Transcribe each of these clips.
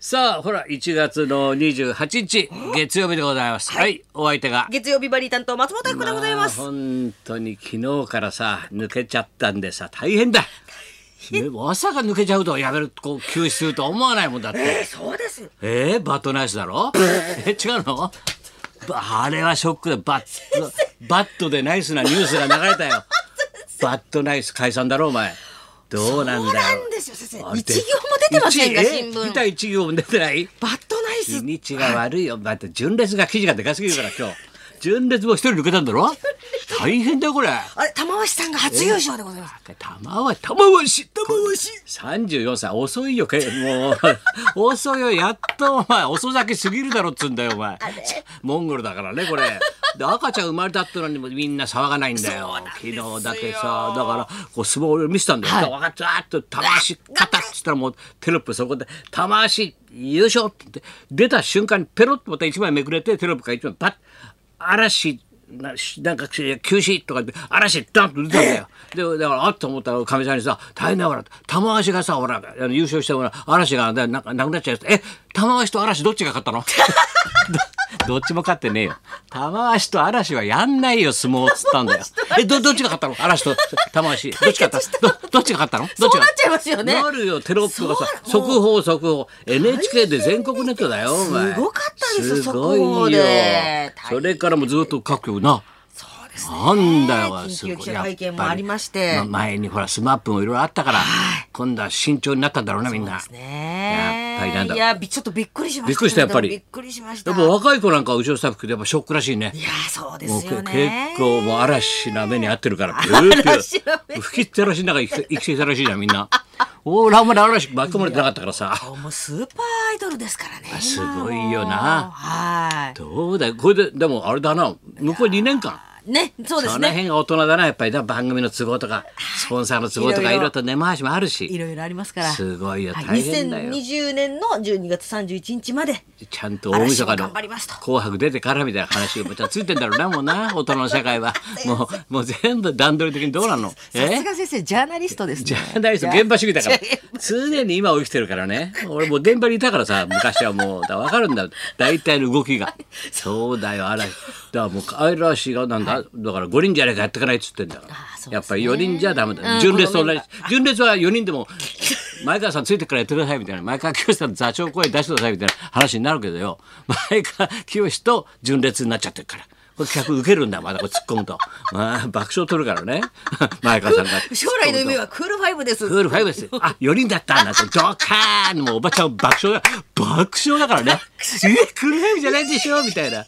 さあほら1月の28日月曜日でございます。はい、お相手が。月曜日バリー担当松本明子でございます。あ本当に昨日からさ抜けちゃったんでさ大変だ。ね、まさか抜けちゃうとやめるこう休止するとは思わないもんだって。えーそうです。えー、バットナイスだろえ違うのばあれはショックだバットバットでナイスなニュースが流れた よバットナイス解散だろお前どうなんそうだなよんですよ先生。一行あもれ出でてませんが一新え聞。見た一行も出てないバットナイ日ス。にちが悪いよまた純烈が記事がでかすぎるから今日純烈も一人抜けたんだろ大変だよこれあれ玉鷲さんが初優勝でございます。玉は玉わし玉わし34歳遅いよけもう遅いよやっとお前遅咲きすぎるだろっつうんだよお前モンゴルだからねこれで赤ちゃん生まれたってのにもみんな騒がないんだよ昨日だけさだからこう相撲を見せたんだよ、分かったわーっと玉足勝ったっつったらもうテロップそこで「玉足優勝」って言って出た瞬間にペロッとまた一枚めくれてテロップが一枚パッ嵐なしなんかし休止とかって嵐ダンと出たん だよ。でだからあっと思ったらかみさんにさ「大変だよほら玉鷲がさほらあの優勝してほら嵐がななんかなくなっちゃうやつえ玉鷲と嵐どっちが勝ったの どどっちも勝ってねえよ。玉鷲と嵐はやんないよ相撲っつったんだよ。えどどっちが勝ったの嵐と玉鷲どっちが勝ったどどっちが勝ったのどっちそうがなっちゃいますよね。なるよテロップがさそう速報速報 NHK で全国ネットだよお前すごかったですよすごい速報でよ大変それからもずっと各局なそうですね。なんだよすごい緊急記者会見もありましてやっぱりま前にほらスマップもいろいろあったから今度は慎重になったんだろうなみんなですね。やっぱりなんだいやびちょっとびっくりしました。びっくりしたやっぱりびっくりしました。やいっぱ若い子なんかは後ろスタッフでやっぱショックらしいねやそうでもうすけよ結ね。構もう嵐な目に遭ってるからピューピ 嵐なュー吹きってらしい中生きてたらしいじゃんみんな俺あんまり嵐巻き込まれてなかったからさもうスーパーアイドルですからね。す今ごいよもうなはい。どうだよこれででもあれだな向こう2年間ねそうでそのすね。辺が大人だなやっぱりな番組の都合とかスポンサーの都合とかいろいろいろいろと根回しもあるしいろいろありますから。すごいよはい大変だよ2020年の12月31日まで。ちゃんと大晦日嵐もの頑張りますと紅白出てからみたいな話がまたついてんだろうなもう な大人の世界はもうもう全部段取り的にどうなのさえすが先生ジャーナリストですね。ジ ャーナリスト現場主義だから常に今を生きてるからね俺もう現場にいたからさ昔はもうだ分かるんだ大体の動きがそうだよ嵐だからもう嵐がなんだ、だから5人じゃないかやってかないっつってんだから、そうですねやっぱり4人じゃダメだ、純烈と同じ純烈は4人でも前川さんついてからやってくださいみたいな前川清さんの座長声出してくださいみたいな話になるけどよ前川清と純烈になっちゃってるから。これ客受けるんだまだこれ突っ込むと、まあ、爆笑取るからね 前川さんが将来の夢はクールファイブです。クールファイブです。あ、4人だったんだって、ドカーンもうおばちゃん爆笑だ。爆笑だからね。え、クールファイブじゃないでしょみたいな。い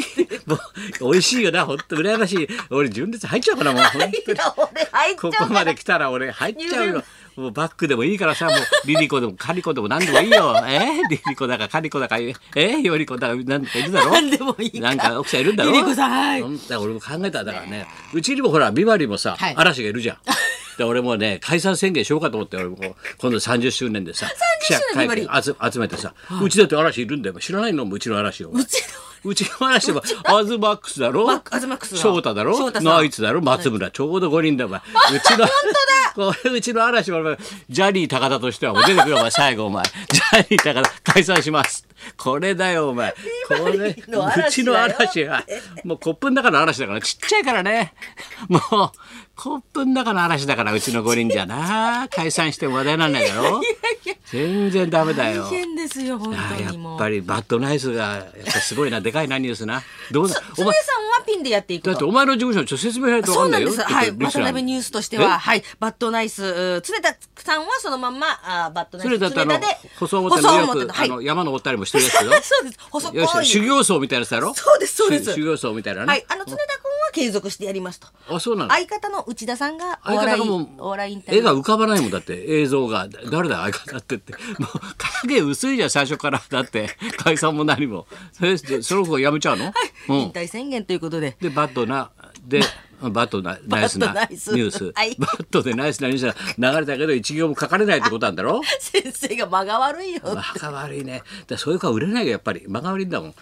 い、もう、美味しいよな。ほんと、羨ましい。俺、純烈入っちゃうかな、もう。ほんといや俺入っちゃこうからこまで来たら俺入っちゃうよ。もうバックでもいいからさ、もう、リリコでもカリコでも何でもいいよ。えリリコだかカリコだか、えヨリコだか何かいるだろ何でもいいかならんか奥さんいるんだろリリコさんはいほんと俺も考えただからね。うちにもほら、ビバリーもさはい、嵐がいるじ ゃん。で俺もね解散宣言しようかと思って俺もこう今度30周年でさ記周者年会ビ見集集めてさ、うちだって嵐いるんだよ知らないのもうちの嵐をうち うちの嵐 はアズマックスだろマックアズマックスだ翔太だろ翔太さんナイツだろ松村ちょうど5人だお前うちの これうちの嵐はお前ジャニー高田としてはもう出てく るお前最後お前ジャニー高田解散しますこれだよお前これうリの嵐だよちの嵐はもうコップの中の嵐だからちっちゃいからねもうコップの中の嵐だからうちの5人じゃな解散しても話題になんないだろ全然ダメだよ大変ですよ本ああ当やにもう。っ常ぱりバッドナイスがやっぱすごいな でかいなニュースなどうだおさんは前ピンでやっていだくってと。お前の事務所のちょっと説明しないと分そかうんななんいでよす。はい。ちょっとリ渡スナー辺ニュースとしては、はい。バッドナイス、うー常田さんはそのまんま、あーバッドナイそス。れだってあの常田で細表のよ細表く、のはいあの山登ったりもしてるやつよ そうです。細っぽい。よいしょ修行僧みたいなやつだろそうですそうです修修行僧みたいなね、はい。あの、常田君は継続してやりますと。あそうなの相方の内田さんが、お相方笑がも、いうお笑いインタビュ絵ー。が浮かばないもんだって映像がだ誰だ相方ってってもう影薄いじゃん最初からだって解散も何もそれでその子やめちゃうの、うん引退宣言ということで。 でバットなでバットなナイスなバットナニイスュース、はい バットでナイスなニュースが流れたけど一行も書かれないってことなんだ ろ先生が間が悪いよ。バカ悪いねだからそういう子は売れないよやっぱり間が悪いんだ もん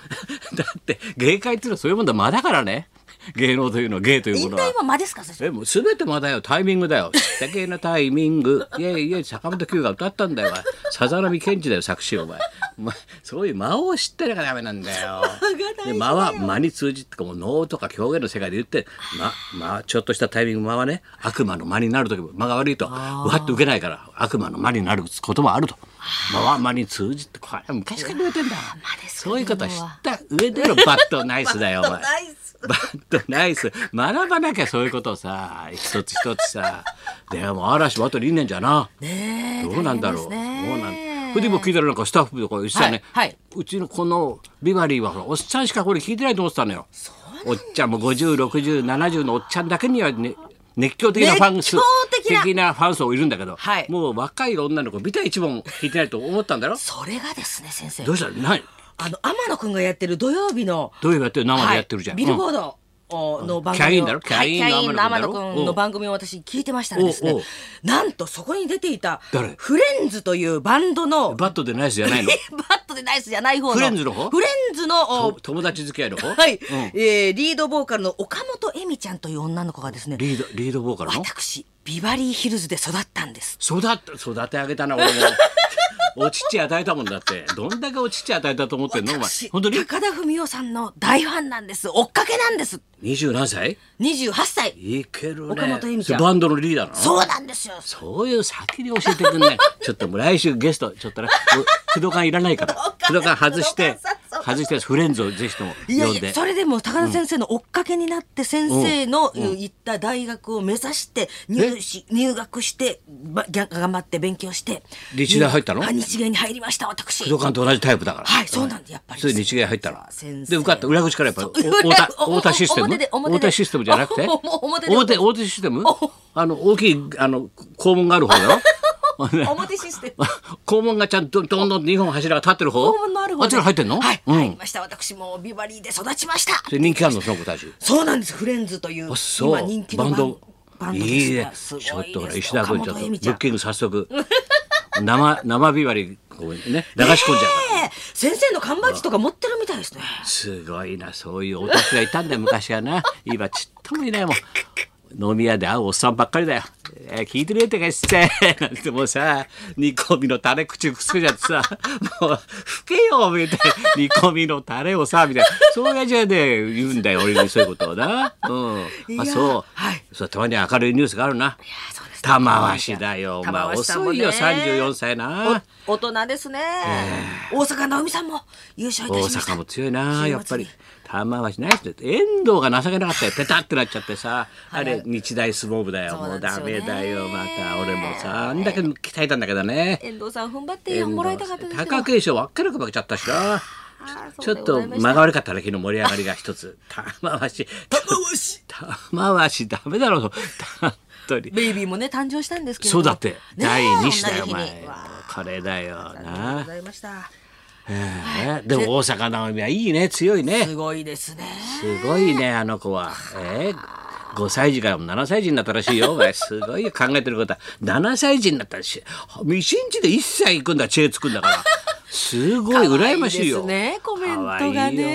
だって芸界っていうのはそういうもんだ間だからね芸能というのは芸という引ものは退は間ですか先生。えもう全て間だよタイミングだよだけ のタイミングイエイイエイ坂本九が歌ったんだよお前さざ波健二だよ作詞お前ま、そういう間を知ってるからダメなんだ よ。大事だでよ間は間に通じってかもう能とか表現の世界で言って、ま、まあちょっとしたタイミング間はね悪魔の間になる時も間が悪いとわっと受けないから悪魔の間になることもあると間は間に通じってこれは昔から言われてんだですかそういうことは知った上でのバッドナイス だよお前。バッドナイバスッドナイス学ばなきゃそういうことをさ一つ一つさでも嵐もあと2年じゃな。ねえどうなんだろう。大変どうですなんねそれで今聞いたらなんかスタッフとか言ってたよね、はいはいうちのこのビバリーはほらおっちゃんしかこれ聞いてないと思ってたのよ。おっちゃんも506070のおっちゃんだけにはね熱狂的なファン数熱狂的なファン層いるんだけど、はいもう若い女の子ビタ一問聞いてないと思ったんだ ろそれがですね先生どうしたの何あの天野くんがやってる土曜日のどういうやってる生でやってるじゃん、はいビルボードおの番組をキャインだろはいキキャャイインンのの天天野くんだろ野くんの番組を私聞いてましたらですおうおねうなんとそこに出ていた誰フレンズというバンドうんのバットでナイスじゃ ないのバットでナイスじゃない方のフレンズの方フレンズのおと友達付き合いの子はい、うんえーリードボーカルの岡本恵美ちゃんという女の子がですねリードリードボーカルの私ビバリーヒルズで育ったんです育て育て上げたな俺も お乳与えたもんだってどんだけお乳与えたと思ってんのお前私本当に高田文夫さんの大ファンなんです追っかけなんです二十何歳28歳いけるね岡本恵美ちゃんそれバンドのリーダーなのそうなんですよそういう先に教えてくん ないちょっともう来週ゲストちょっとねもう工藤館いらない から工工藤館藤館外して工藤館さんそう外してフレンズをぜひともいや呼んいやでそれでも高田先生の追っかけになって先生の行った大学を目指して入試入学してばぎゃ頑張って勉強して立志大入ったのあ日芸に入りました私工藤館と同じタイプだからはいそうなんだやっぱりそれで日芸入ったら先生で受かった裏口からやっぱりそうお太田おお太田システム表で表で太田システムじゃなくておお 表で表表システムあの大きいあの肛門がある方だろ 表システム肛門がちゃんとどんどん2本柱が立ってる方肛門のある方あっちら入ってんのはい、う入りんました私もビバリーで育ちましたで人気あるのその子たちそうなんですフレンズというあそう今人気のバンドバンドですいいねすごいですちょっとほら石田岡君ちょっ本と恵ブ美ちゃんッキング早速生生ビバリここにね流し込んじゃうから。ねえ先生の缶バッジとか持ってるみたいですねすごいなそういうお宅がいたんだよ昔はな今ちっともいないもん飲み屋で会うおっさんばっかりだよ、えー聞いてねえってかしてなんてもうさ煮込みのタレ口くっつけちゃってさもうふけよみたいな煮込みのタレをさみたいなそういう味はね言うんだよ俺にそういうことをなうんあいやそう,、はいそうたまには明るいニュースがあるな玉鷲だよお前玉鷲さん遅もいねよ34歳なお大人ですね、大阪直美さんも優勝い大たしました阪も強いなやっぱり週末に玉鷲ナイスで遠藤が情けなかったよペタってなっちゃってさあれ日大相撲部だよそうもなうんですダよねメだよまた俺もさあんだけ鍛えたんだけどね遠藤さん踏ん張ってもらいたかったですけど貴景勝ばっかり負けちゃったしなあーちそょうっでござといました間が悪かったね昨日盛り上がりが一つ玉鷲玉鷲玉鷲ダメだろう本当にベイビーもね誕生したんですけれどそうだってねえ第2子だよお同じ日前にわあこれだよありがとうなございましたえーでも大阪直美はいいね強いねすごいですねすごいね、あの子は。えー、5歳児から7歳児になったらしいよ。お前、すごいよ、考えてることは。7歳児になったらしい。1日で1歳行くんだ、知恵つくんだから。すごい、可愛い羨ましいよ。ですねコメントがね可愛いよも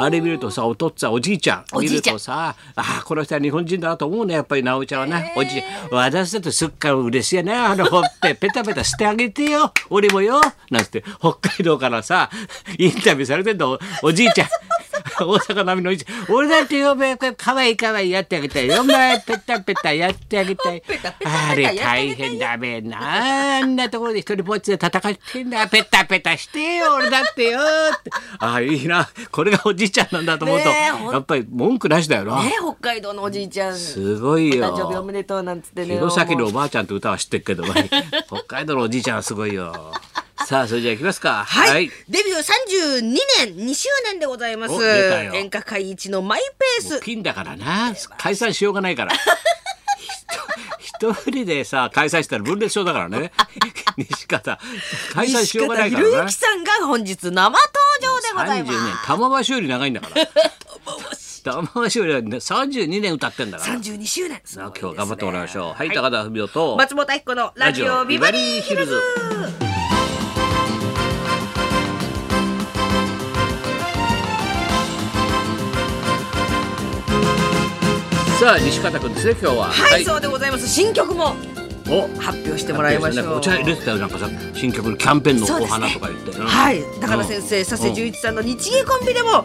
うあれ見るとさ、お父っつぁん、おじいちゃん。お見じるいちゃんとさ、ああ、この人は日本人だなと思うね、やっぱり、なおちゃんはな。おじいちゃん。私だとすっかり嬉しいやな、あのほっ ぺ、ペタペタしてあげてよ。俺もよ。なんつって、北海道からさ、インタビューされてんの、おおじいちゃん。大阪並みのいち俺だってよべかわいいかわいいやってあげたいよお前ペタペタやってあげたいペタペタあれやってあ大げたい変だべなあんなところで一人ぼっちで戦ってんだペタペタしてよ俺だってよってあいいなこれがおじいちゃんなんだと思うと、ねえほんやっぱり文句なしだよな、ねえ北海道のおじいちゃんすごい誕生日およめでとうなんつってね弘前のもおうばあちゃんと歌は知ってるけど 北海道のおじいちゃんはすごいよさあそれじゃあ行きますかはい、デビュー32年2周年でございますお出たよ演歌界一のマイペースピンだからな解散しようがないから一一人でさ解散したら分裂症だから ね西方解散しようがないか西ら方な裕貴さんが本日生登場でござ30いま年す玉鷲より長いんだから 玉鷲よりはね32年歌ってんだから32周年すご今いです日ね頑張ってもらいましょうはい、高田文夫と松本明子のラジオビバリーヒルズさあ西方君ですね今日ははい、そうでございます新曲もお発表してもらいましょうお茶入れてたよなんかさ新曲のキャンペーンのお花とか言って、うんはいだからう先ん生佐世うん純一さんの日芸コンビでも、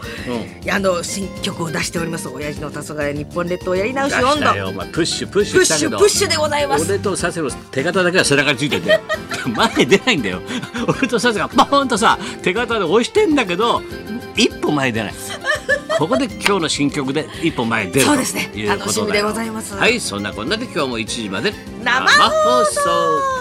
あの新曲を出しております親父の黄昏日本列島やり直し出し温度たよお前プッシュプッシプュッしたシけュどプッシュでございます俺とサセの手形だけは背中についてん だよ前出ないんだよ俺とサセがポーンとさ手形で押してんだけど一歩前に出ないここで今日の新曲で一歩前に出るそうですねということだよ楽しみでございますはいそんなこんなで今日も1時まで生生放送放送